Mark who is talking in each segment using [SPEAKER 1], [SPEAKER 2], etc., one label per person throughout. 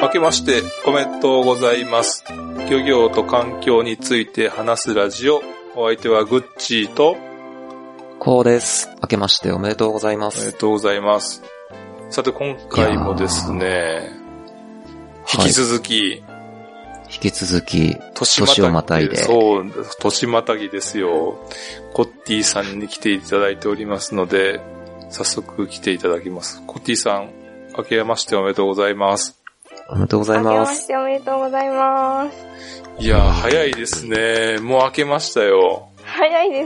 [SPEAKER 1] 明けましておめでとうございます。漁業と環境について話すラジオ。お相手はグッチーと、
[SPEAKER 2] こうです。明けましておめでとうございま。
[SPEAKER 1] おめですとうございます。さて今回もですね、引き続き、
[SPEAKER 2] 引き続き、
[SPEAKER 1] 年
[SPEAKER 2] 年をまたいで
[SPEAKER 1] そう、年またぎですよ。コッティさんに来ていただいておりますので、早速来ていただきます。コッティさん、明けましておめでとうございます。
[SPEAKER 2] おめでとうござい
[SPEAKER 3] 明け
[SPEAKER 2] ま
[SPEAKER 3] まし
[SPEAKER 2] す。
[SPEAKER 3] ておめでとうございます。
[SPEAKER 1] いやー、早いですね。もう明けましたよ。
[SPEAKER 3] 早いで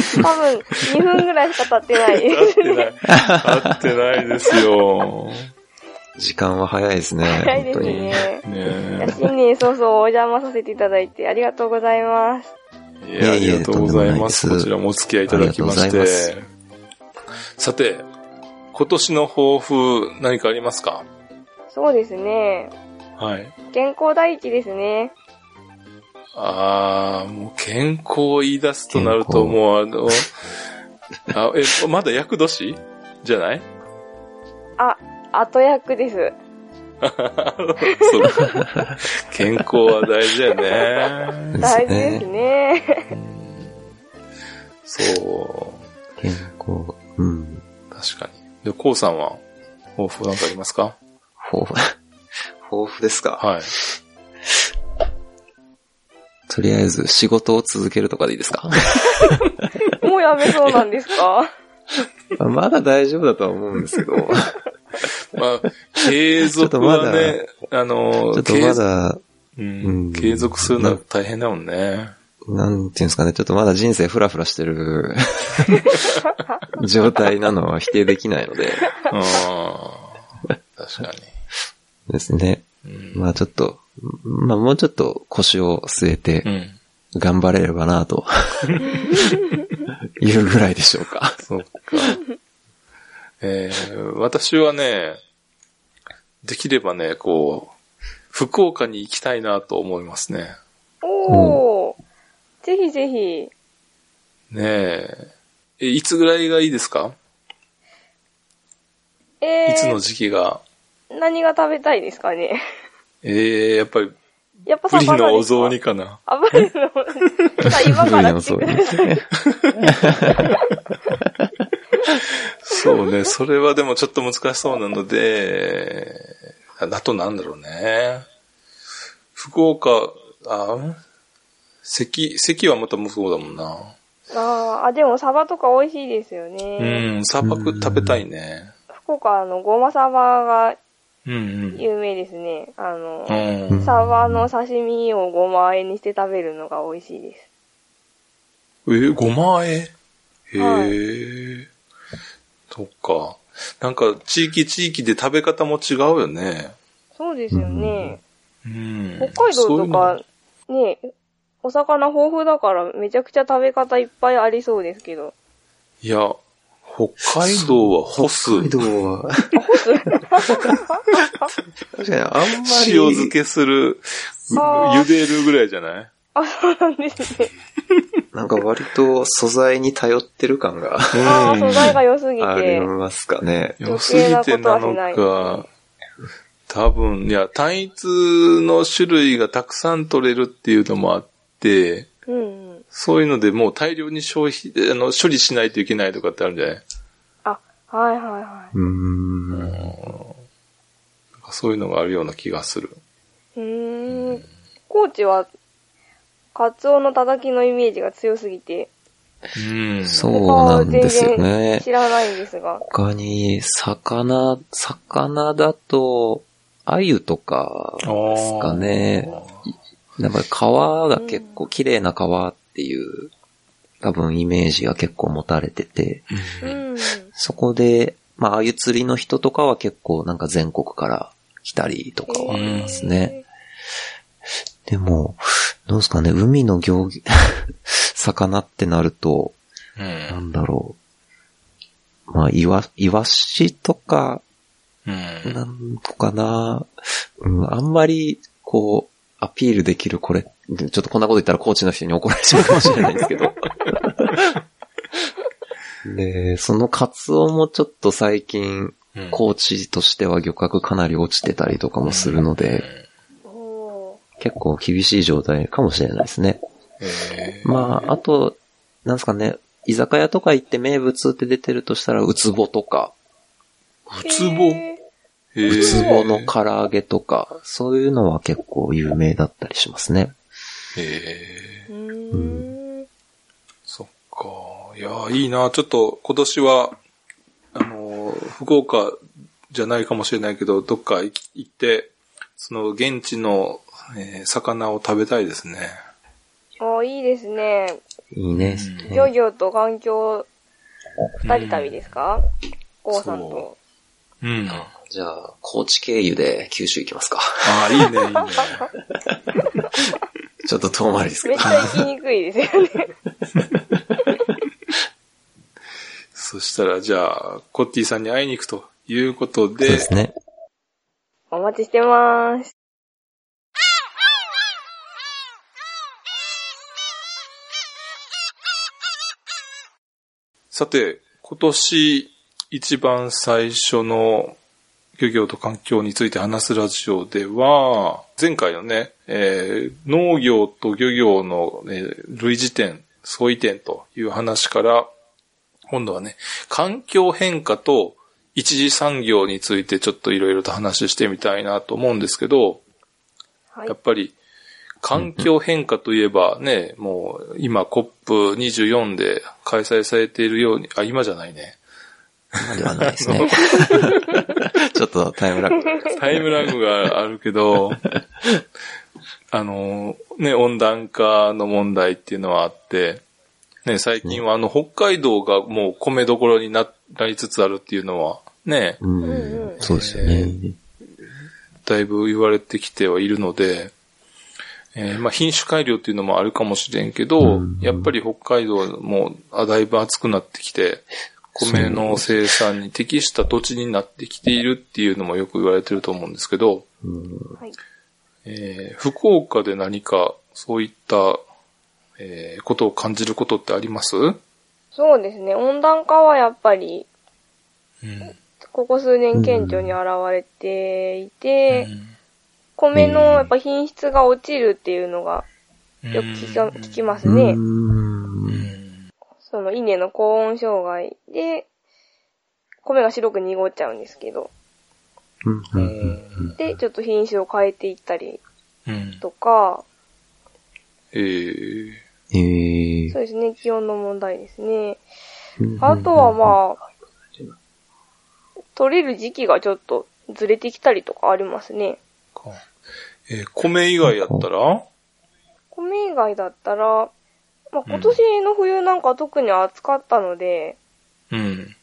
[SPEAKER 3] す ね。多分、2分ぐらいしか経ってない
[SPEAKER 1] 合ってない。合ってないですよ。
[SPEAKER 2] 時間は早いですね。
[SPEAKER 3] 早い
[SPEAKER 2] 本
[SPEAKER 3] です
[SPEAKER 2] 当に。
[SPEAKER 1] ね
[SPEAKER 3] ね。い
[SPEAKER 1] え
[SPEAKER 3] や新年早々お邪魔させていただいてありがとうございます。
[SPEAKER 1] いや、ありがとうございます。
[SPEAKER 2] いえいえと
[SPEAKER 1] こ
[SPEAKER 2] んでもないです
[SPEAKER 1] ちらもお付き合いいただきまし
[SPEAKER 2] ありがとうご
[SPEAKER 1] て
[SPEAKER 2] ざ。
[SPEAKER 1] さて、今年の抱負何かありますか
[SPEAKER 3] そうですね。
[SPEAKER 1] はい。
[SPEAKER 3] 健康第一ですね。
[SPEAKER 1] あー、もう健康を言い出すとなると
[SPEAKER 2] 健康
[SPEAKER 1] もうあ の、あえ、まだ厄年じゃない
[SPEAKER 3] あ、後役です。
[SPEAKER 1] そう。健康は大事だよね。
[SPEAKER 2] ですね
[SPEAKER 3] 大事ですね。
[SPEAKER 1] そう。
[SPEAKER 2] 健康、うん。
[SPEAKER 1] 確かに。で、こうさんは、抱負なんかありますか
[SPEAKER 2] 抱負、抱負ですか
[SPEAKER 1] はい。
[SPEAKER 2] とりあえず仕事を続けるとかでいいですか
[SPEAKER 3] もうやめそうなんです か
[SPEAKER 2] まだ大丈夫だとは思うんですけ ど、
[SPEAKER 1] まあ、継続は ね、あの、
[SPEAKER 2] ちょっとまだ、
[SPEAKER 1] 継、う
[SPEAKER 2] うん
[SPEAKER 1] ん、継続するのは大変だもんね。
[SPEAKER 2] なんていうんですかね、ちょっとまだ人生フラフラして る状態なのは否定できないので、
[SPEAKER 1] うん。確か
[SPEAKER 2] ですね。
[SPEAKER 1] に。うん。
[SPEAKER 2] まあちょっと、まあもうちょっと腰を据えて
[SPEAKER 1] う、ん。
[SPEAKER 2] 頑張れればな と、いうぐらいでしょうか。
[SPEAKER 1] そうか。えー、私はね、できればね、こう、福岡に行きたいなと思いますね。
[SPEAKER 3] おー。ぜひぜひ。
[SPEAKER 1] ねえ。え、いつぐらいがいいですか、
[SPEAKER 3] え
[SPEAKER 1] いつの
[SPEAKER 3] ー、
[SPEAKER 1] 時期が。
[SPEAKER 3] 何が食べたいですかね。
[SPEAKER 1] えー、やっぱり、
[SPEAKER 3] やっ
[SPEAKER 1] プ
[SPEAKER 3] ぱさ、
[SPEAKER 1] リ
[SPEAKER 3] バナ
[SPEAKER 1] のお
[SPEAKER 3] ですか
[SPEAKER 1] 雑煮かな。
[SPEAKER 3] あぶりの、 さあ今から来てください。
[SPEAKER 1] そうね、それはでもちょっと難しそうなので、あだとなんだろうね。福岡、あ、ん関、関はまたもそうだもんな。
[SPEAKER 3] あーあ、でもサバとか美味しいですよね。
[SPEAKER 1] うん、砂漠食べたいね。
[SPEAKER 3] 福岡のゴマサバが
[SPEAKER 1] うんうん。
[SPEAKER 3] 有名ですね。あの、
[SPEAKER 1] うん。
[SPEAKER 3] サバの刺身をごま和えにして食べるのが美味しいです。
[SPEAKER 1] え、ごま和えへ
[SPEAKER 3] は
[SPEAKER 1] え。そっか。なんか、地域地域で食べ方も違うよね。
[SPEAKER 3] そうですよね。
[SPEAKER 1] うん。
[SPEAKER 3] 北海道
[SPEAKER 1] そうい
[SPEAKER 3] と
[SPEAKER 1] う
[SPEAKER 3] か
[SPEAKER 1] の、
[SPEAKER 3] ね、お魚豊富だからめちゃくちゃ食べ方いっぱいありそうですけど。
[SPEAKER 1] いや、北海道は干す。
[SPEAKER 2] 北海道は、確かにあんまり、
[SPEAKER 1] 塩漬けする、う
[SPEAKER 3] あー
[SPEAKER 1] 茹でるぐらいじゃない
[SPEAKER 3] あ、そうなんですね。
[SPEAKER 2] なんか割と素材に頼ってる感が
[SPEAKER 3] ああ、素材が良すぎ
[SPEAKER 2] あ
[SPEAKER 3] て
[SPEAKER 2] り。ますかね。
[SPEAKER 1] 良すぎてなのか、多分、いや、単一の種類がたくさん取れるっていうのもあって、
[SPEAKER 3] うんうん。
[SPEAKER 1] そういうのでもう大量に消費、あの、処理しないといけないとかってあるんじゃない
[SPEAKER 3] あ、はいはいは
[SPEAKER 2] うーん。
[SPEAKER 1] なんかそういうのがあるような気がする。
[SPEAKER 3] い。うーん。高知は、カツオのたたきのイメージが強すぎて、
[SPEAKER 1] うん。
[SPEAKER 2] そうなんですよね
[SPEAKER 3] 知。らないんですが。
[SPEAKER 2] 他に、魚、魚だと、鮎とか、ですかね。なんか川が結構、綺麗な川っていう、多分イメージが結構持たれてて、
[SPEAKER 3] うん。
[SPEAKER 2] そこで、まあ、あゆ釣りの人とかは結構なんか全国から来たりとかはありますね。でも、どうですかね、海の行 儀、魚ってなると、
[SPEAKER 1] うん。
[SPEAKER 2] なんだろう。まあ、イワ、イワシとか、
[SPEAKER 1] うん。
[SPEAKER 2] なんとかな、うん、あんまり、こう、アピールできるこれ、ちょっとこんなこと言ったらコーチの人に怒られちゃうかもしれないんですけど。で、そのカツオもちょっと最近、
[SPEAKER 1] うん
[SPEAKER 2] コーチとしては漁獲かなり落ちてたりとかもするので、
[SPEAKER 3] おー
[SPEAKER 2] 結構厳しい状態かもしれないですね。
[SPEAKER 1] えー
[SPEAKER 2] まあ、あと、なんですかね、居酒屋とか行って名物って出てるとしたら、ウツボとか、
[SPEAKER 1] ウツボ。
[SPEAKER 3] へ
[SPEAKER 1] えー
[SPEAKER 2] ウツボの唐揚げとか、そういうのは結構有名だったりしますね。
[SPEAKER 1] えー
[SPEAKER 3] ーうーん。
[SPEAKER 1] そっか。いやー、いいな。ちょっと今年は、あのー、福岡じゃないかもしれないけど、どっか行き行って、その現地の、えー魚を食べたいですね。
[SPEAKER 3] あいいですね。
[SPEAKER 2] いいね。
[SPEAKER 1] うん
[SPEAKER 3] 漁業と環境、二人旅ですかこうさん
[SPEAKER 1] そ
[SPEAKER 3] と。
[SPEAKER 1] うん。あ
[SPEAKER 2] じゃあ、高知経由で九州行きますか。
[SPEAKER 1] あー、いいね、いいね。
[SPEAKER 2] ちょっと遠回りですけ
[SPEAKER 3] めっ
[SPEAKER 2] ど
[SPEAKER 3] ち。ゃ行きにくいです よね。
[SPEAKER 1] そしたら、じゃあ、コッティさんに会いに行くということ
[SPEAKER 2] そう
[SPEAKER 1] で、
[SPEAKER 2] ですね。
[SPEAKER 3] お待ちしてます。
[SPEAKER 1] さて、今年一番最初の漁業と環境について話すラジオでは、前回のね、えー農業と漁業の、ね、類似点、相違点という話から、今度はね、環境変化と一次産業についてちょっといろいろと話してみたいなと思うんですけど、
[SPEAKER 3] はい
[SPEAKER 1] やっ。ぱり環境変化といえばね、もう今 COP24 で開催されているように、あ、今じゃないね。
[SPEAKER 2] 今ではないですね。 ちょっとタイムラグ。
[SPEAKER 1] タイムラグがあるけど、 あの、ね、温暖化の問題っていうのはあって、ね、最近はあの北海道がもう米どころにななりつつあるっていうのは、ね、
[SPEAKER 2] うん
[SPEAKER 3] うん
[SPEAKER 2] そうですよね。
[SPEAKER 1] だいぶ言われてきてはいるので、えーまあ品種改良っていうのもあるかもしれんけど、
[SPEAKER 2] うん
[SPEAKER 1] やっぱり北海道もあだいぶ暑くなってきて、米の生産に適した土地になってきているっていうのもよく言われてると思うんですけど、
[SPEAKER 2] うん
[SPEAKER 3] はい。
[SPEAKER 1] えー福岡で何かそういった、えーことを感じることってありますうん。
[SPEAKER 3] そうですね。温暖化はやっぱり、ここ数年顕著に現れていて、米のやっぱ品質が落ちるっていうのがよく聞か聞きますね。
[SPEAKER 2] うん。
[SPEAKER 3] その稲の高温障害で、米が白く濁っちゃうんですけど。
[SPEAKER 2] うん
[SPEAKER 1] う
[SPEAKER 2] うん
[SPEAKER 1] ん。
[SPEAKER 3] で、ちょっと品種を変えていったり
[SPEAKER 1] うん。
[SPEAKER 3] とか、
[SPEAKER 1] えー
[SPEAKER 2] えー
[SPEAKER 3] そうですね、気温の問題ですね。あとはまあ、取れる時期がちょっとずれてきたりとかありますね。
[SPEAKER 1] かえー米以外やったら
[SPEAKER 3] 米以外だったら、まあ、今年の冬なんか特に暑かったので、
[SPEAKER 1] うん。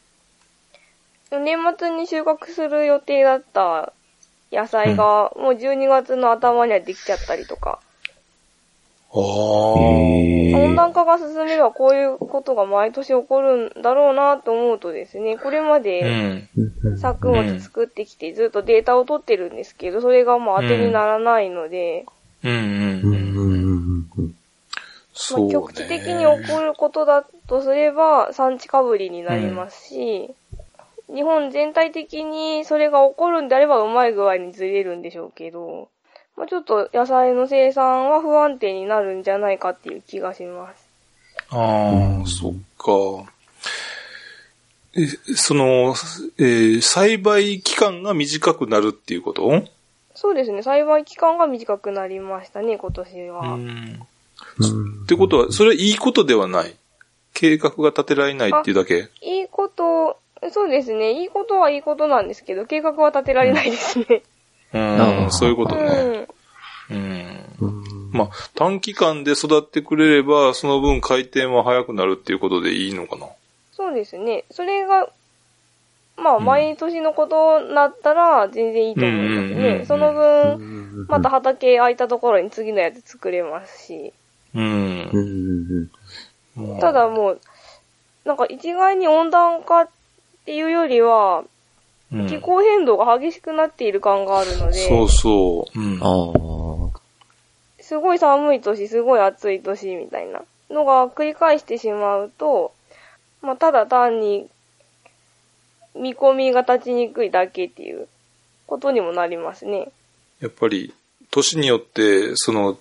[SPEAKER 3] 年末に収穫する予定だった野菜が、もう12月の頭にはできちゃったりとか、
[SPEAKER 1] ああ。
[SPEAKER 2] え
[SPEAKER 3] 温
[SPEAKER 2] ー
[SPEAKER 3] 暖化が進めばこういうことが毎年起こるんだろうなと思うとですね、これま
[SPEAKER 1] う
[SPEAKER 3] で
[SPEAKER 1] ん。
[SPEAKER 3] 作物作ってきてずっとデータを取ってるんですけど、それがもう当てにならないので、
[SPEAKER 1] うんうん
[SPEAKER 2] うん
[SPEAKER 1] う。
[SPEAKER 2] うんんうんうん
[SPEAKER 1] そう
[SPEAKER 3] まあ、
[SPEAKER 1] ね。
[SPEAKER 3] 局地的に起こることだとすれば、産地かぶりになりますし、日本全体的にそれが起こるんであれば、うまい具合にずれるんでしょうけど、まあ、ちょっと野菜の生産は不安定になるんじゃないかっていう気がします。
[SPEAKER 1] あ
[SPEAKER 2] う
[SPEAKER 1] あ、
[SPEAKER 2] ん
[SPEAKER 1] そっか。え、その、えー栽培期間が短くなるっていうこと
[SPEAKER 3] そうですね、栽培期間が短くなりましたね、今年は。
[SPEAKER 1] うん
[SPEAKER 2] うん
[SPEAKER 1] ってことは、それはいいことではない。計画が立てられないっていうだけ。
[SPEAKER 3] いいこと、そうですね、いいことはいいことなんですけど、計画は立てられないです ね。
[SPEAKER 1] うん、そういうこと
[SPEAKER 3] う
[SPEAKER 1] ね。
[SPEAKER 3] ん。
[SPEAKER 1] うん。
[SPEAKER 2] うん
[SPEAKER 1] まあ、短期間で育ってくれれば、その分回転は早くなるっていうことでいいのかな。
[SPEAKER 3] そうですね。それが、まあ、
[SPEAKER 1] うん
[SPEAKER 3] 毎年のことになったら全然いいと思いま
[SPEAKER 1] うん
[SPEAKER 3] す
[SPEAKER 1] うんうんう
[SPEAKER 3] ね
[SPEAKER 1] ん。
[SPEAKER 3] その
[SPEAKER 2] う
[SPEAKER 3] 分、
[SPEAKER 2] ん
[SPEAKER 3] また、畑空いたところに次のやつ作れますし。
[SPEAKER 1] うん
[SPEAKER 2] うん。うんうん
[SPEAKER 1] もう
[SPEAKER 3] ただもう、なんか一概に温暖化っっていうよりは、
[SPEAKER 1] うん
[SPEAKER 3] 気候変動が激しくなっている感があるので、
[SPEAKER 1] そうそう。うん。
[SPEAKER 2] ああ。
[SPEAKER 3] すごい寒い年、すごい暑い年みたいなのが繰り返してしまうと、まあ、ただ単に見込みが立ちにくいだけっていうことにもなりますね。
[SPEAKER 1] やっぱり、年によって、その、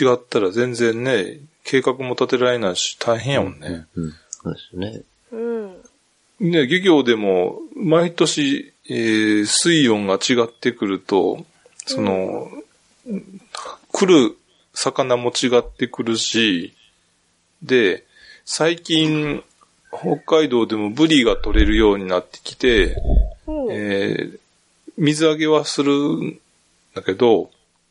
[SPEAKER 1] 違ったら全然ね、計画も立てられないし、大変やもんね。
[SPEAKER 2] うん。そうですね。
[SPEAKER 3] うん。
[SPEAKER 1] ね、漁業でも、毎年、えー水温が違ってくると、その、来る魚も違ってくるし、で、最近、北海道でもブリが取れるようになってきて、
[SPEAKER 3] うん。
[SPEAKER 1] えー水揚げはするんだけど、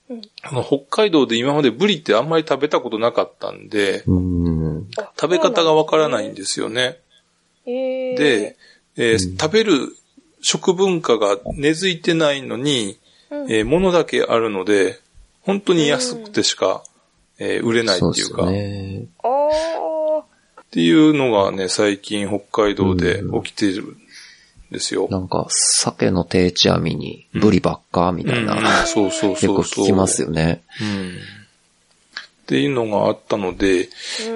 [SPEAKER 3] うん
[SPEAKER 1] あの北海道で今までブリってあんまり食べたことなかったんで、
[SPEAKER 2] うん。
[SPEAKER 3] あ
[SPEAKER 1] 食べ方がわからないんですよね。
[SPEAKER 3] へー
[SPEAKER 1] で、、えー
[SPEAKER 2] うん
[SPEAKER 1] 食べる食文化が根付いてないのに、
[SPEAKER 3] うん
[SPEAKER 1] えー物だけあるので、本当に安くてしか、えー売れないっていうか、
[SPEAKER 2] そうですね。
[SPEAKER 3] あー
[SPEAKER 1] っていうのがね、最近北海道で起きてるんですよ。
[SPEAKER 2] なんか、鮭の定置網にブリばっかみたいな、
[SPEAKER 1] うんそうそう
[SPEAKER 2] 結
[SPEAKER 1] そ
[SPEAKER 2] 構
[SPEAKER 1] うそう。
[SPEAKER 2] 聞きますよね。
[SPEAKER 1] うんっていうのがあったので、
[SPEAKER 3] うん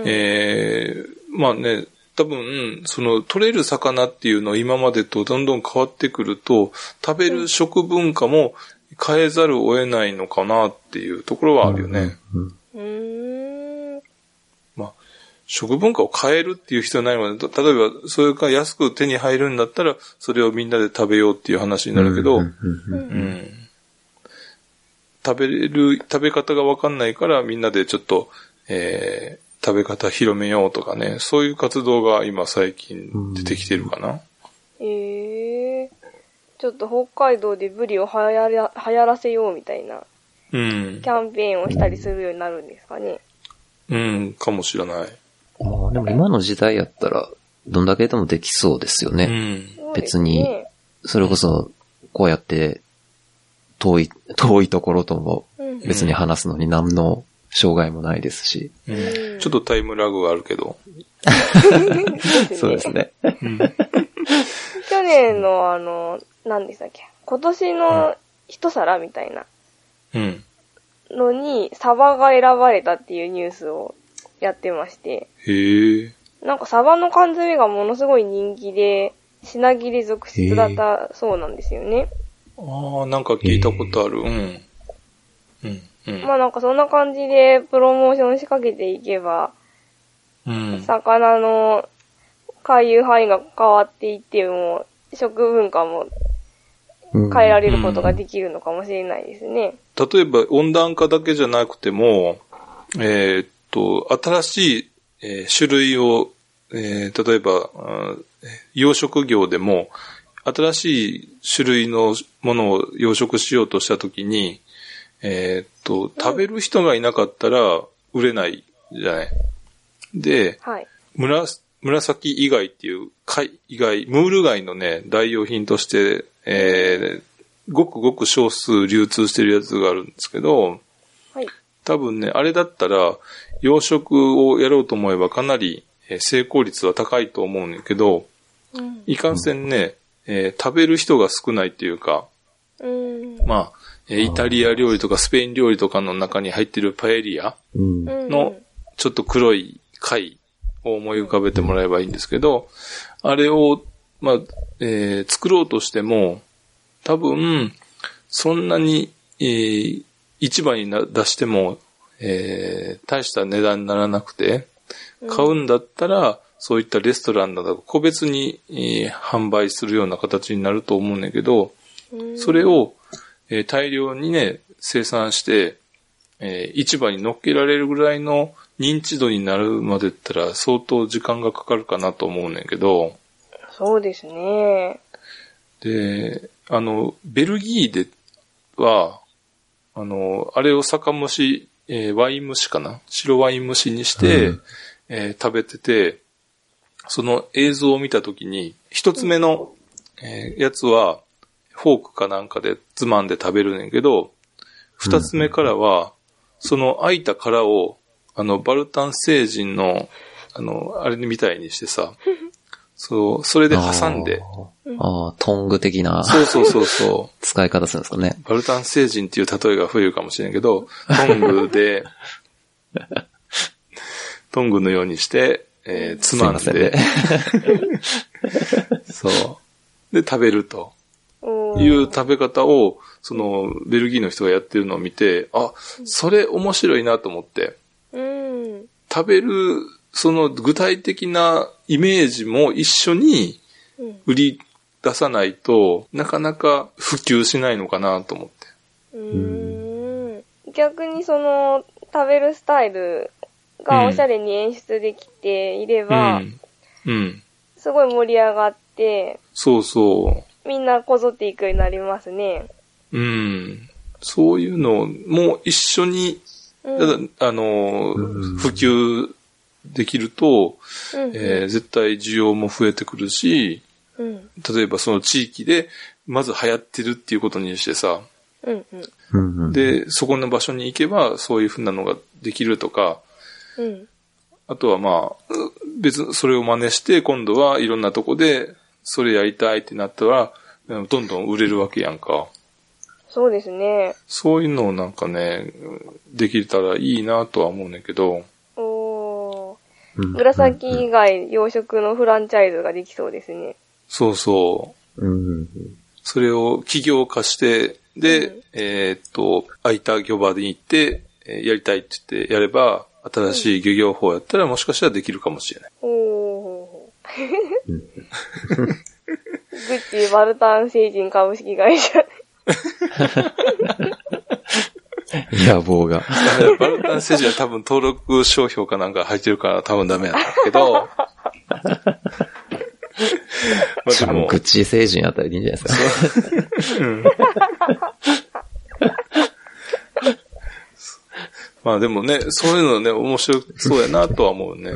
[SPEAKER 1] えーまあね、多分、その、取れる魚っていうのは今までとどんどん変わってくると、食べる食文化も変えざるを得ないのかなっていうところはあるよね。
[SPEAKER 2] うん。
[SPEAKER 3] うーん。
[SPEAKER 1] 食文化を変えるっていう必要はないので、た例えば、それが安く手に入るんだったら、それをみんなで食べようっていう話になるけど、
[SPEAKER 2] うんうん
[SPEAKER 1] う
[SPEAKER 2] うん
[SPEAKER 1] ん食べれる、食べ方がわかんないからみんなでちょっと、えー食べ方広めようとかね、そういう活動が今最近出てきてるかな。
[SPEAKER 3] えー。ちょっと北海道でブリを流行ら流行らせようみたいな
[SPEAKER 1] うん
[SPEAKER 3] キ。ャンペーンをしたりするようになるんですかね。
[SPEAKER 1] うん、かもしれない。
[SPEAKER 2] まあでも今の時代やったら、どんだけでもできそうですよね。
[SPEAKER 1] うん。
[SPEAKER 3] そうです
[SPEAKER 2] 別に
[SPEAKER 3] ね
[SPEAKER 2] それこそ、こうやって、遠い、遠いところとも
[SPEAKER 3] うん
[SPEAKER 2] 別に話すのに何の障害もないですし。
[SPEAKER 1] うんちょっとタイムラグがあるけど。
[SPEAKER 2] そうですね。
[SPEAKER 1] うん。
[SPEAKER 3] 去年のあの、何でしたっけ今年の一皿みたいな
[SPEAKER 1] うん。
[SPEAKER 3] のに、サバが選ばれたっていうニュースをやってまして、
[SPEAKER 1] へえ。
[SPEAKER 3] なんかサバの缶詰がものすごい人気で、品切れ続出だったそうなんですよね。
[SPEAKER 1] ああ、なんか聞いたことある。うん。うん。うん。
[SPEAKER 3] まあなんかそんな感じでプロモーション仕掛けていけば、
[SPEAKER 1] うん。
[SPEAKER 3] 魚の回遊範囲が変わっていっても、食文化も
[SPEAKER 2] 変
[SPEAKER 3] 変えられることができるのかもしれないですね。
[SPEAKER 1] 例えば温暖化だけじゃなくても、えーっと、新しい、えー種類を、えー例えば、あー養殖業でも、新しい種類のものを養殖しようとしたときに、えーっと、食べる人がいなかったら売れないじゃない。で、
[SPEAKER 3] はい。
[SPEAKER 1] 紫紫以外っていう貝以外、ムール貝のね、代用品として、えー、ごくごく少数流通してるやつがあるんですけど、
[SPEAKER 3] はい。
[SPEAKER 1] 多分ね、あれだったら、養殖をやろうと思えばかなりえー成功率は高いと思うんだけど、
[SPEAKER 3] うん。
[SPEAKER 1] いかんせんね、えー食べる人が少ないっていうか、
[SPEAKER 3] うん。
[SPEAKER 1] まあ、えーイタリア料理とかスペイン料理とかの中に入ってるパエリア、
[SPEAKER 2] うん。うん
[SPEAKER 1] のちょっと黒い貝を思い浮かべてもらえばいいんですけど、あれを、まあ、えー作ろうとしても、多分、そんなに、えー市場にな出しても、えー大した値段にならなくて、買うんだったら、そういったレストランなど個別に、えー販売するような形になると思うんだけど、
[SPEAKER 3] うん
[SPEAKER 1] それを、えー大量にね、生産して、えー市場に乗っけられるぐらいの認知度になるまでったら相当時間がかかるかなと思うねんけど、
[SPEAKER 3] そうですね。
[SPEAKER 1] で、あの、ベルギーでは、あの、あれを酒蒸し、えーワイン蒸しかな白ワイン蒸しにして、
[SPEAKER 2] うん
[SPEAKER 1] えー食べてて、その映像を見たときに、一つ目の、えーやつは、フォークかなんかでつまんで食べるねんけど、二つ目からは、その空いた殻 を、あの、バルタン星人の、あの、あれみたいにしてさ、そう、それで挟んで。
[SPEAKER 3] うん
[SPEAKER 2] あーあー、トング的な
[SPEAKER 1] そうそうそうそ
[SPEAKER 2] 使い方するんですかね。
[SPEAKER 1] う。バルタン星人っていう例えが古いかもしれんけど、トング で、トングのようにして、えーつまん
[SPEAKER 2] すいません
[SPEAKER 1] で、 そう。で、食べると
[SPEAKER 3] おー
[SPEAKER 1] いう食べ方を、その、ベルギーの人がやってるのを見て、あ、それ面白いなと思って。
[SPEAKER 3] うん。
[SPEAKER 1] 食べる、その具体的なイメージも一緒に
[SPEAKER 3] うん。
[SPEAKER 1] 売り出さないとなかなか普及しないのかなと思って。
[SPEAKER 3] うーん逆にその食べるスタイルがおしゃれに演出できていれ
[SPEAKER 1] う
[SPEAKER 3] ば、
[SPEAKER 1] ん。うん。
[SPEAKER 3] すごい盛り上がって、
[SPEAKER 1] そうそ
[SPEAKER 3] みんなこぞっていくようになりますね。
[SPEAKER 1] う。うん。そういうのも一緒に、
[SPEAKER 3] うん。
[SPEAKER 1] ただあの、
[SPEAKER 2] うん
[SPEAKER 1] 普及できると、
[SPEAKER 3] うん
[SPEAKER 1] えー絶対需要も増えてくるし、
[SPEAKER 3] うん。
[SPEAKER 1] 例えばその地域で、まず流行ってるっていうことにしてさ、
[SPEAKER 3] うん。うん。
[SPEAKER 2] うんうん、
[SPEAKER 1] で、そこの場所に行けば、そういうふうなのができるとか、
[SPEAKER 3] うん。
[SPEAKER 1] あとはまあ、う別にそれを真似して、今度はいろんなとこで、それやりたいってなったら、うんどんどん売れるわけやんか。
[SPEAKER 3] そうですね。
[SPEAKER 1] そういうのをなんかね、うんできたらいいなとは思うねんけど、
[SPEAKER 3] おー。
[SPEAKER 2] うん
[SPEAKER 3] 紫以外養殖のフランチャイズができそうですね。
[SPEAKER 1] そうそう。
[SPEAKER 2] うん
[SPEAKER 1] それを企業化して、で、
[SPEAKER 3] うん
[SPEAKER 1] えーっと、空いた漁場に行って、えーやりたいって言ってやれば、新しい漁業法やったらもしかしたらできるかもしれない。
[SPEAKER 3] おー。
[SPEAKER 2] うん
[SPEAKER 3] グッチバルタン星人株式会社。
[SPEAKER 2] 野望が。
[SPEAKER 1] バルタン政治は多分登録商標かなんか入ってるから多分ダメやったけど。 まあ
[SPEAKER 2] し
[SPEAKER 1] で
[SPEAKER 2] かも、
[SPEAKER 1] も
[SPEAKER 2] 愚、痴成人あたりでいいんじゃないですか。
[SPEAKER 1] まあでもね、そういうのね、面白そうやなとは思うね。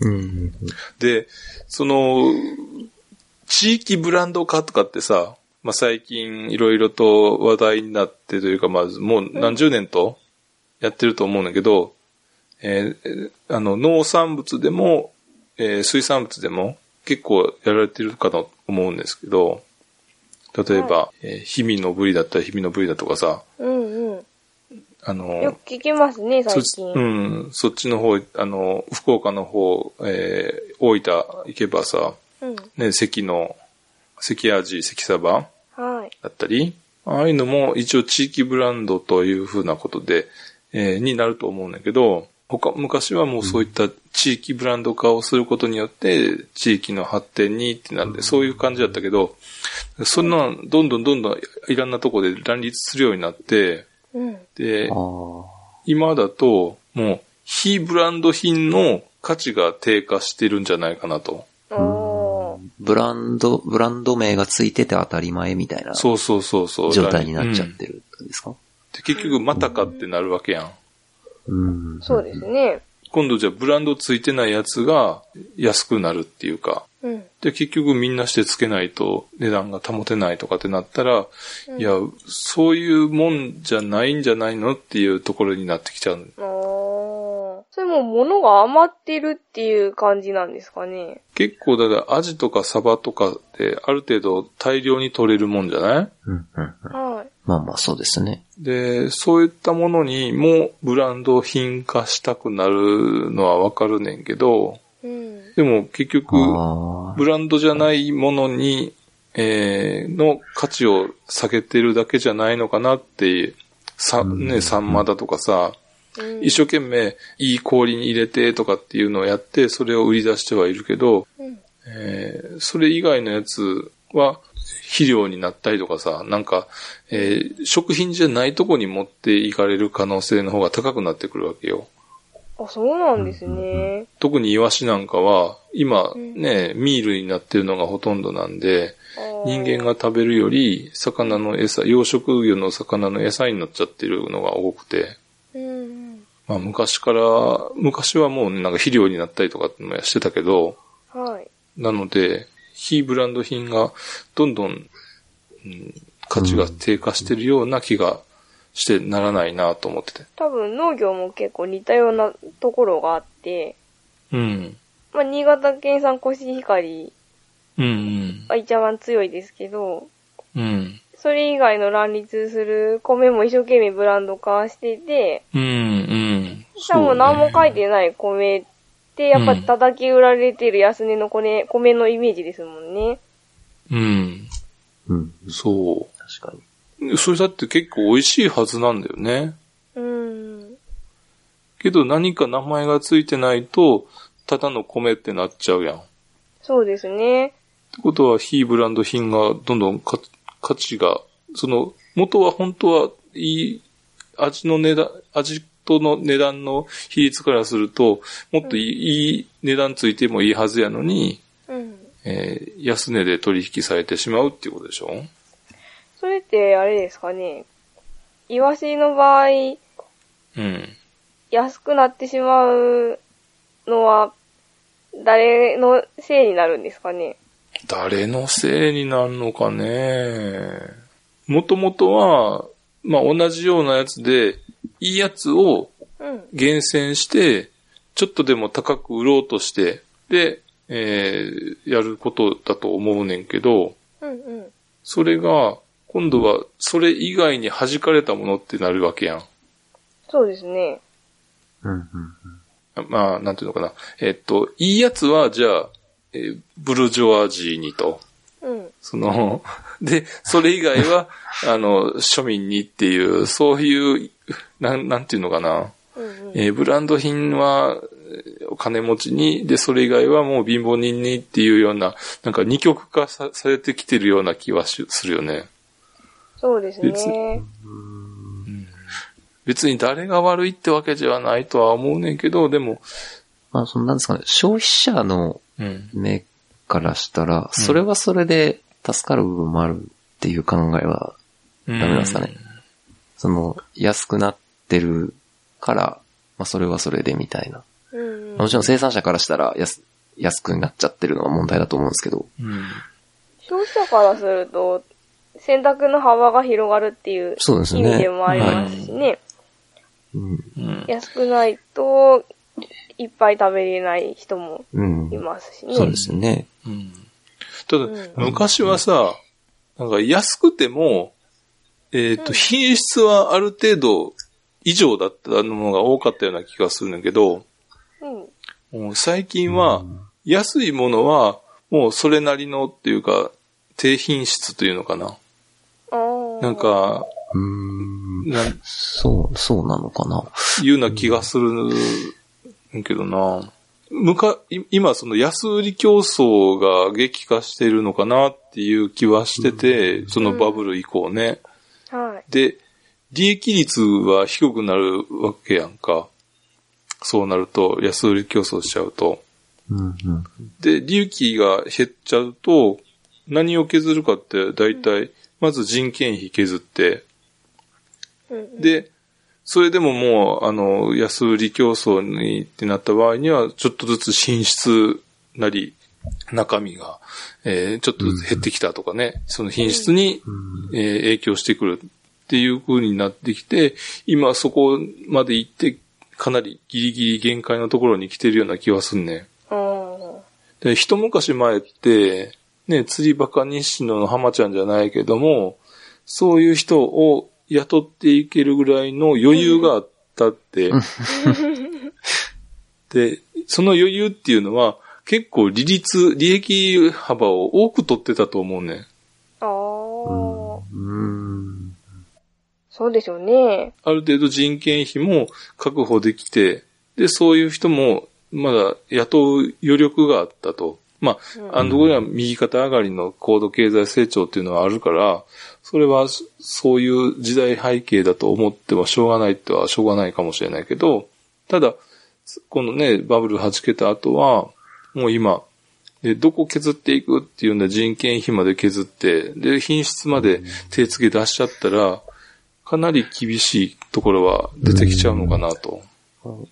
[SPEAKER 2] うん。
[SPEAKER 1] で、その、地域ブランド化とかってさ、まあ最近いろいろと話題になってというか、まあもう何十年とやってると思うんだけど、えーあの、農産物でも、えー水産物でも結構やられてるかと思うんですけど、例えば、えー氷見のブリだったら氷見のブリだとかさ、
[SPEAKER 3] うんうん。
[SPEAKER 1] あの、
[SPEAKER 3] よく聞きますね、
[SPEAKER 1] そ
[SPEAKER 3] 最
[SPEAKER 1] っち、
[SPEAKER 3] 近。
[SPEAKER 1] うん、そっちの方、あの、福岡の方、えー大分行けばさ、
[SPEAKER 3] うん。
[SPEAKER 1] ね、関の、関味、関サバ
[SPEAKER 3] はい。
[SPEAKER 1] だったり、ああいうのも一応地域ブランドというふうなことで、えーになると思うんだけど、他、昔はもうそういった地域ブランド化をすることによって、地域の発展にってなんで、そういう感じだったけど、そんなん、どんどんどんどんいろんなとこで乱立するようになって、
[SPEAKER 3] うん。
[SPEAKER 1] で
[SPEAKER 2] あ、あ。
[SPEAKER 1] 今だと、もう、非ブランド品の価値が低下してるんじゃないかなと。
[SPEAKER 3] おー。
[SPEAKER 2] ブランド、ブランド名がついてて当たり前みたいな
[SPEAKER 1] そうそうそうそう。
[SPEAKER 2] 状態になっちゃっ
[SPEAKER 1] うん
[SPEAKER 2] てるんですか
[SPEAKER 1] で、結局またかってなるわけやん。
[SPEAKER 2] うん
[SPEAKER 3] そうですね。
[SPEAKER 1] 今度じゃあブランドついてないやつが安くなるっていうか。
[SPEAKER 3] うん。
[SPEAKER 1] で、結局みんなしてつけないと値段が保てないとかってなったら、
[SPEAKER 3] うん
[SPEAKER 1] いや、そういうもんじゃないんじゃないのっていうところになってきちゃう。
[SPEAKER 3] おー。それも物が余ってるっていう感じなんですかね。
[SPEAKER 1] 結構だからアジとかサバとかってある程度大量に取れるもんじゃない
[SPEAKER 2] うんうんうん
[SPEAKER 3] はい。
[SPEAKER 2] まあまあそうですね。
[SPEAKER 1] で、そういったものにもブランド品化したくなるのはわかるねんけど、
[SPEAKER 3] うん。
[SPEAKER 1] でも結局、
[SPEAKER 2] ああ。
[SPEAKER 1] ブランドじゃないものに、えー、の価値を下げてるだけじゃないのかなって、さ、
[SPEAKER 2] うん
[SPEAKER 1] ね、サンマだとかさ、
[SPEAKER 3] うん
[SPEAKER 1] 一生懸命いい氷に入れてとかっていうのをやって、それを売り出してはいるけど、
[SPEAKER 3] うん
[SPEAKER 1] えー、それ以外のやつは肥料になったりとかさ、なんか、えー、食品じゃないとこに持っていかれる可能性の方が高くなってくるわけよ。
[SPEAKER 3] あ、そうなんですね。
[SPEAKER 1] 特にイワシなんかは、今
[SPEAKER 3] うん
[SPEAKER 1] ね、ミールになってるのがほとんどなんで、
[SPEAKER 3] あー
[SPEAKER 1] 人間が。食べるより、魚の餌、養殖魚の魚の餌になっちゃってるのが多くて、
[SPEAKER 3] うんうん。
[SPEAKER 1] まあ昔から、昔はもうね、なんか肥料になったりとかってのもしてたけど、
[SPEAKER 3] はい。
[SPEAKER 1] なので、非ブランド品がどんどん、うん価値が低下してるような気がしてならないなと思ってて。
[SPEAKER 3] 多分農業も結構似たようなところがあって、
[SPEAKER 1] うん。
[SPEAKER 3] まあ、新潟県産コシヒカリ
[SPEAKER 1] うん
[SPEAKER 3] は一番強いですけど、
[SPEAKER 1] うん。うん。
[SPEAKER 3] それ以外の乱立する米も一生懸命ブランド化してて、
[SPEAKER 1] うん、うん。
[SPEAKER 3] しかも何も書い
[SPEAKER 1] ない。
[SPEAKER 3] てない米って、やっぱ
[SPEAKER 1] うん
[SPEAKER 3] 叩き売られてる安値の米,、米のイメージですもんね。
[SPEAKER 1] うん。
[SPEAKER 2] うん。
[SPEAKER 1] そ
[SPEAKER 2] 確かに。
[SPEAKER 1] う。それだって結構美味しいはずなんだよね。
[SPEAKER 3] うん。
[SPEAKER 1] けど何か名前がついてないと、ただの米ってなっちゃうやん。っ
[SPEAKER 3] そうですね。
[SPEAKER 1] てことは、非ブランド品がどんどんか価値が、その、元は本当はいい味の値段、味との値段の比率からすると、もっといい,、いい値段ついてもいいはずやのに、
[SPEAKER 3] うん。
[SPEAKER 1] えー安値で取引されてしまうっていうことでしょ
[SPEAKER 3] それって、あれですかね。イワシの場合、
[SPEAKER 1] うん。
[SPEAKER 3] 安くなってしまうのは、誰のせいになるんですかね。
[SPEAKER 1] 誰のせいになるのかね。もともとは、まあ、同じようなやつで、いいやつを
[SPEAKER 3] うん。
[SPEAKER 1] 厳選して、ちょっとでも高く売ろうとして、で、えーやることだと思うねんけど、
[SPEAKER 3] うんうん。
[SPEAKER 1] それが、今度はそれ以外に弾かれたものってなるわけやん。
[SPEAKER 3] そうですね。
[SPEAKER 2] うんうん。
[SPEAKER 1] まあ、なんていうのかな。えっと、いいやつは、じゃあ、えーブルジョアジーにと。
[SPEAKER 3] うん。
[SPEAKER 1] その、で、それ以外 は、あの、庶民にっていう、そういう、なん、なんていうのかな。
[SPEAKER 3] うんうん。
[SPEAKER 1] えーブランド品は、えーお金持ちに、で、それ以外はもう貧乏人にっていうような、なんか二極化さされてきてるような気はしするよね。
[SPEAKER 3] そうです
[SPEAKER 1] 別
[SPEAKER 3] ね。
[SPEAKER 1] 別に誰が悪いってわけじゃないとは思うねんけど、でも、
[SPEAKER 2] まあ、そのなんですかね、消費者の
[SPEAKER 1] うん。
[SPEAKER 2] 目からしたら、それはそれで助かる部分もあるっていう考えは、
[SPEAKER 1] ダ
[SPEAKER 2] メなんですかね。その、安くなってるから、まあ、それはそれでみたいな。
[SPEAKER 3] うんうん
[SPEAKER 2] もちろん生産者からしたら安、安くなっちゃってるのは問題だと思うんですけど。
[SPEAKER 1] うん。
[SPEAKER 3] 消費者からすると、選択の幅が広がるっていう
[SPEAKER 2] そうです
[SPEAKER 3] 意
[SPEAKER 2] ね
[SPEAKER 3] 味でもありますしね。
[SPEAKER 2] うん。
[SPEAKER 1] うん。
[SPEAKER 3] 安くないと、いっぱい食べれない人も
[SPEAKER 2] うん
[SPEAKER 3] い。ますしね。
[SPEAKER 2] そうですね。
[SPEAKER 1] うんただ、
[SPEAKER 3] うん
[SPEAKER 1] 昔はさ、なんか安くても、えっ、と、
[SPEAKER 3] うん
[SPEAKER 1] 品質はある程度以上だったものが多かったような気がするんだけど、
[SPEAKER 3] うん。
[SPEAKER 1] もう最近は、安いものは、もうそれなりのっていうか、低品質というのかな。
[SPEAKER 3] あー
[SPEAKER 1] なん、か、
[SPEAKER 2] うん。
[SPEAKER 1] なん、
[SPEAKER 2] そう、そうなのかな。
[SPEAKER 1] いうような気がするんけどな。むか、い今その安売り競争が激化しているのかなっていう気はしてて、そのバブル以降ね。
[SPEAKER 3] はい。
[SPEAKER 1] で、利益率は低くなるわけやんか。そうなると、安売り競争しちゃうと。
[SPEAKER 2] うん、うん。
[SPEAKER 1] で、利益が減っちゃうと、何を削るかって、大体、まず人件費削って、
[SPEAKER 3] うんうん、
[SPEAKER 1] で、それでももう、あの、安売り競争にってなった場合には、ちょっとずつ進出なり、中身が、えーちょっとずつ減ってきたとかね、その品質にえー影響してくるっていう風になってきて、今そこまで行って、かなりギリギリ限界のところに来てるような気はすんね。
[SPEAKER 3] あー
[SPEAKER 1] で、一昔前って、ね、釣りバカ西野の浜ちゃんじゃないけども、そういう人を雇っていけるぐらいの余裕があったって。で、その余裕っていうのは、結構利率、利益幅を多く取ってたと思うね。
[SPEAKER 3] あー。
[SPEAKER 2] うん。
[SPEAKER 3] そうでしょうね。
[SPEAKER 1] ある程度人件費も確保できて、で、そういう人もまだ雇う余力があったと。ま
[SPEAKER 3] うん
[SPEAKER 1] あ、あのところには右肩上がりの高度経済成長っていうのはあるから、それはそそういう時代背景だと思ってもしょうがないってはしょうがないかもしれないけど、ただ、このね、バブル弾けた後は、もう今、で、どこ削っていくっていうんだ人件費まで削って、で、品質まで手付け出しちゃったら、かなり厳しいところは出てきちゃうのかなと。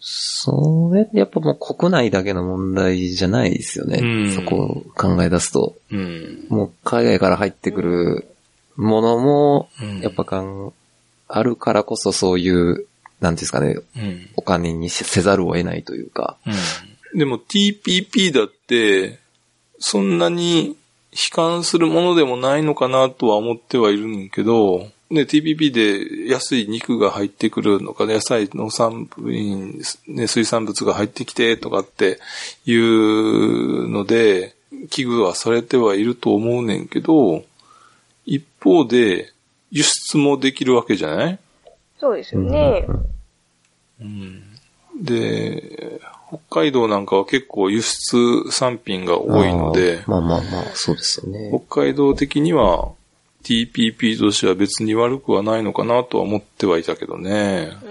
[SPEAKER 2] それってやっぱもう国内だけの問題じゃないですよね。
[SPEAKER 1] うん
[SPEAKER 2] そこを考え出すと。
[SPEAKER 1] うん。
[SPEAKER 2] もう海外から入ってくるものも、
[SPEAKER 1] うん
[SPEAKER 2] やっぱかん、あるからこそそういう、なんていうんですかね、
[SPEAKER 1] うん。
[SPEAKER 2] お金にせせざるを得ないというか。
[SPEAKER 1] うん。でも TPP だって、そんなに悲観するものでもないのかなとは思ってはいるんだけど、ね、TPP で安い肉が入ってくるのか、野菜、農産品、ね、水産物が入ってきてとかっていうので、危惧はされてはいると思うねんけど、一方で輸出もできるわけじゃない
[SPEAKER 3] そうですよね。
[SPEAKER 1] うん、で、北海道なんかは結構輸出産品が多いので、
[SPEAKER 2] あーまあまあまあ、そうですよね。
[SPEAKER 1] 北海道的には TPP としては別に悪くはないのかなとは思ってはいたけどね。
[SPEAKER 3] うー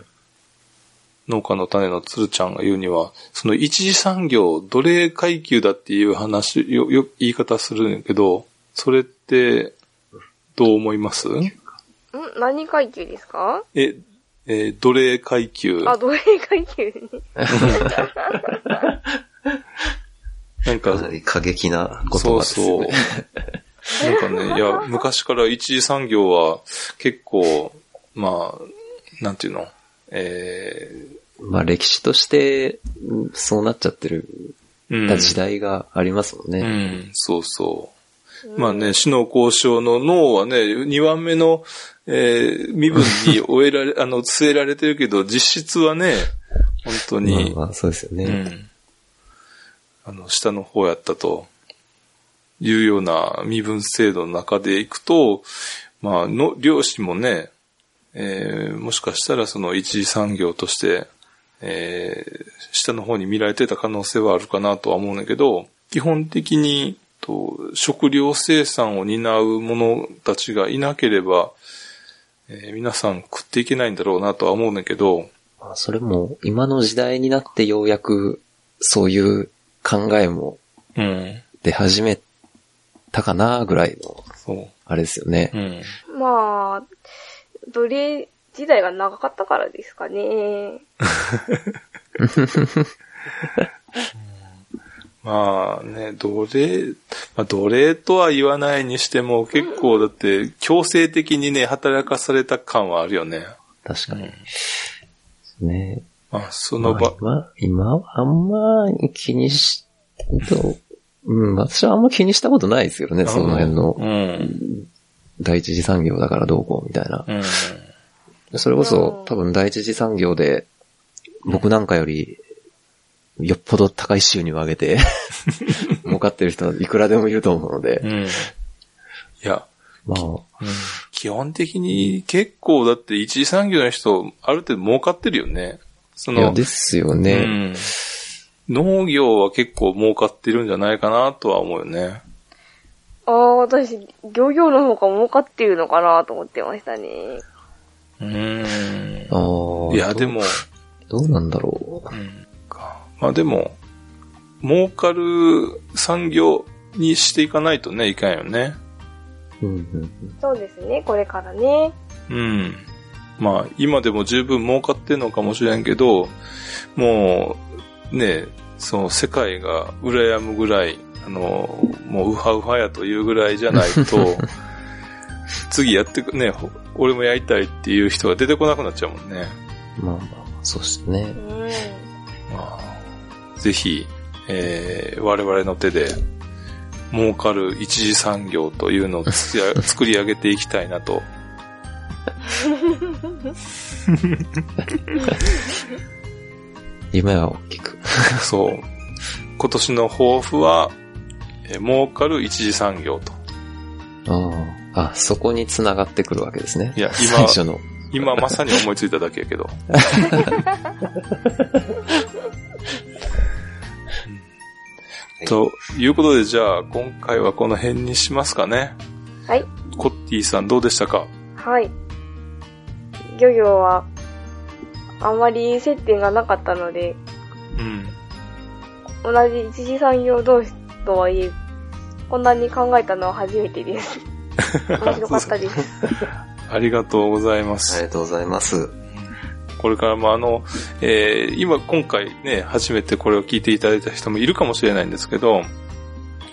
[SPEAKER 3] ん。
[SPEAKER 1] 農家の種の鶴ちゃんが言うには、その一次産業、奴隷階級だっていう話、よ、よ、言い方するんやけど、それって、どう思います
[SPEAKER 3] ん何階級ですか
[SPEAKER 1] え、えー奴隷階級。
[SPEAKER 3] あ、奴隷階級ね。
[SPEAKER 1] なん
[SPEAKER 2] か
[SPEAKER 1] か
[SPEAKER 2] な、り過激な言葉
[SPEAKER 1] そう
[SPEAKER 2] ですよ
[SPEAKER 1] そう。
[SPEAKER 2] ね。
[SPEAKER 1] なんかね、いや、昔から一次産業は結構、まあ、なんていうの、え
[SPEAKER 2] まあ歴史として、うんそうなっちゃってる
[SPEAKER 1] ーうん、
[SPEAKER 2] 時代がありますもんね。
[SPEAKER 1] うん、そうそう。まあね、死の交渉の脳はね、2番目の、えー身分に終えられ、あの、据えられてるけど、実質はね、本当に、
[SPEAKER 2] まあまあ、そうですよね。
[SPEAKER 1] うん。あの、下の方やったと、いうような身分制度の中でいくと、まあ、の、漁師もね、えーもしかしたらその一次産業として、えー下の方に見られてた可能性はあるかなとは思うんだけど、基本的に、と食料生産を担う者たちがいなければ、えー皆さん食っていけないんだろうなとは思うんだけど、
[SPEAKER 2] まあそれも今の時代になってようやくそういう考えも
[SPEAKER 1] うん、
[SPEAKER 2] 出始めたかなぐらいの、
[SPEAKER 1] そ
[SPEAKER 2] あれですよね
[SPEAKER 1] う、う。ん。
[SPEAKER 3] まあ、奴隷時代が長かったからですかね。
[SPEAKER 1] まあね、奴隷、まあ、奴隷とは言わないにしても、結構だって強制的にね、働かされた感はあるよね。
[SPEAKER 2] 確かに。ね。
[SPEAKER 1] まあ、そ
[SPEAKER 2] ま
[SPEAKER 1] の場、
[SPEAKER 2] あ、今、今はあんま気にし、と、うん、私はあんま気にしたことないですけどね、その辺
[SPEAKER 1] う
[SPEAKER 2] の
[SPEAKER 1] ん。
[SPEAKER 2] 第一次産業だからどうこうみたいな。
[SPEAKER 1] うん。
[SPEAKER 2] それこ
[SPEAKER 3] う
[SPEAKER 2] そ
[SPEAKER 3] ん
[SPEAKER 2] 多分第一次産業で僕なんかよりよっぽど高い収入を上 げて儲かってる人はいくらでもいると思うので
[SPEAKER 1] う、ん。いや、
[SPEAKER 2] まあ、
[SPEAKER 1] 基本的に結構だって一次産業の人、ある程度儲かってるよね。そ
[SPEAKER 2] いや
[SPEAKER 1] の、
[SPEAKER 2] ですよ
[SPEAKER 1] う
[SPEAKER 2] ね。
[SPEAKER 1] ん。農業は結構儲かってるんじゃないかなとは思うよね。
[SPEAKER 3] ああ、私、漁業の方が儲かってるのかなと思ってましたね。
[SPEAKER 1] うん。
[SPEAKER 2] ああ
[SPEAKER 1] いや、でも、
[SPEAKER 2] どうなんだろう。
[SPEAKER 1] うんか。まあでも、儲かる産業にしていかないとね、いかんよね。
[SPEAKER 2] うんうん
[SPEAKER 3] そうですね、これからね。
[SPEAKER 1] うん。まあ、今でも十分儲かってんのかもしれんけど、もう、ね、その世界が羨むぐらい、あの、もうウハウハやというぐらいじゃないと、次やってく、ね、ほ俺もやりたいっていう人が出てこなくなっちゃうもんね。
[SPEAKER 2] まあまあ、そうですね
[SPEAKER 3] う。ん。
[SPEAKER 1] まあぜひ、えー我々の手で儲かる一次産業という のをつや作り上げていきたいなと。
[SPEAKER 2] 夢は大きく。
[SPEAKER 1] そう。今年の抱負は、えー儲かる一次産業と。
[SPEAKER 2] ああ、あそこに繋がってくるわけですね。
[SPEAKER 1] いや今
[SPEAKER 2] 最初の。
[SPEAKER 1] 今まさに思いついただけやけ ど。うんということで、じゃあ、今回はこの辺にしますかね。
[SPEAKER 3] はい。
[SPEAKER 1] コッティさんどうでしたか
[SPEAKER 3] はい。漁業は、あまり接点がなかったので、
[SPEAKER 1] うん。
[SPEAKER 3] 同じ一次産業同士とはいえ、こんなに考えたのは初めてです。 面白かったです。
[SPEAKER 1] ありがとうございま
[SPEAKER 2] あ
[SPEAKER 1] す
[SPEAKER 2] り。がとうございます。
[SPEAKER 1] これからもあの、えー今今回ね、初めてこれを聞いていただいた人もいるかもしれないんですけど、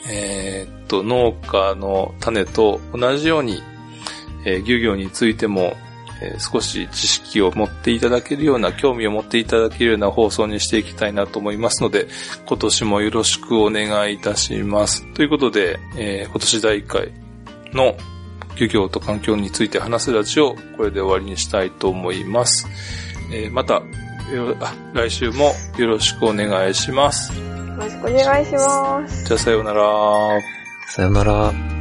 [SPEAKER 1] えーっと、農家の種と同じように、えー漁業についても、えー少し知識を持っていただけるような、興味を持っていただけるような放送にしていきたいなと思いますので、今年もよろしくお願いいたします。ということで、えー今年第1回の漁業と環境について話すラジオ、これで終わりにしたいと思います。えーまた、よあ来週もよろしくお願いします。
[SPEAKER 3] よろしくお願いします。
[SPEAKER 1] じゃあさようなら。
[SPEAKER 2] さよなら。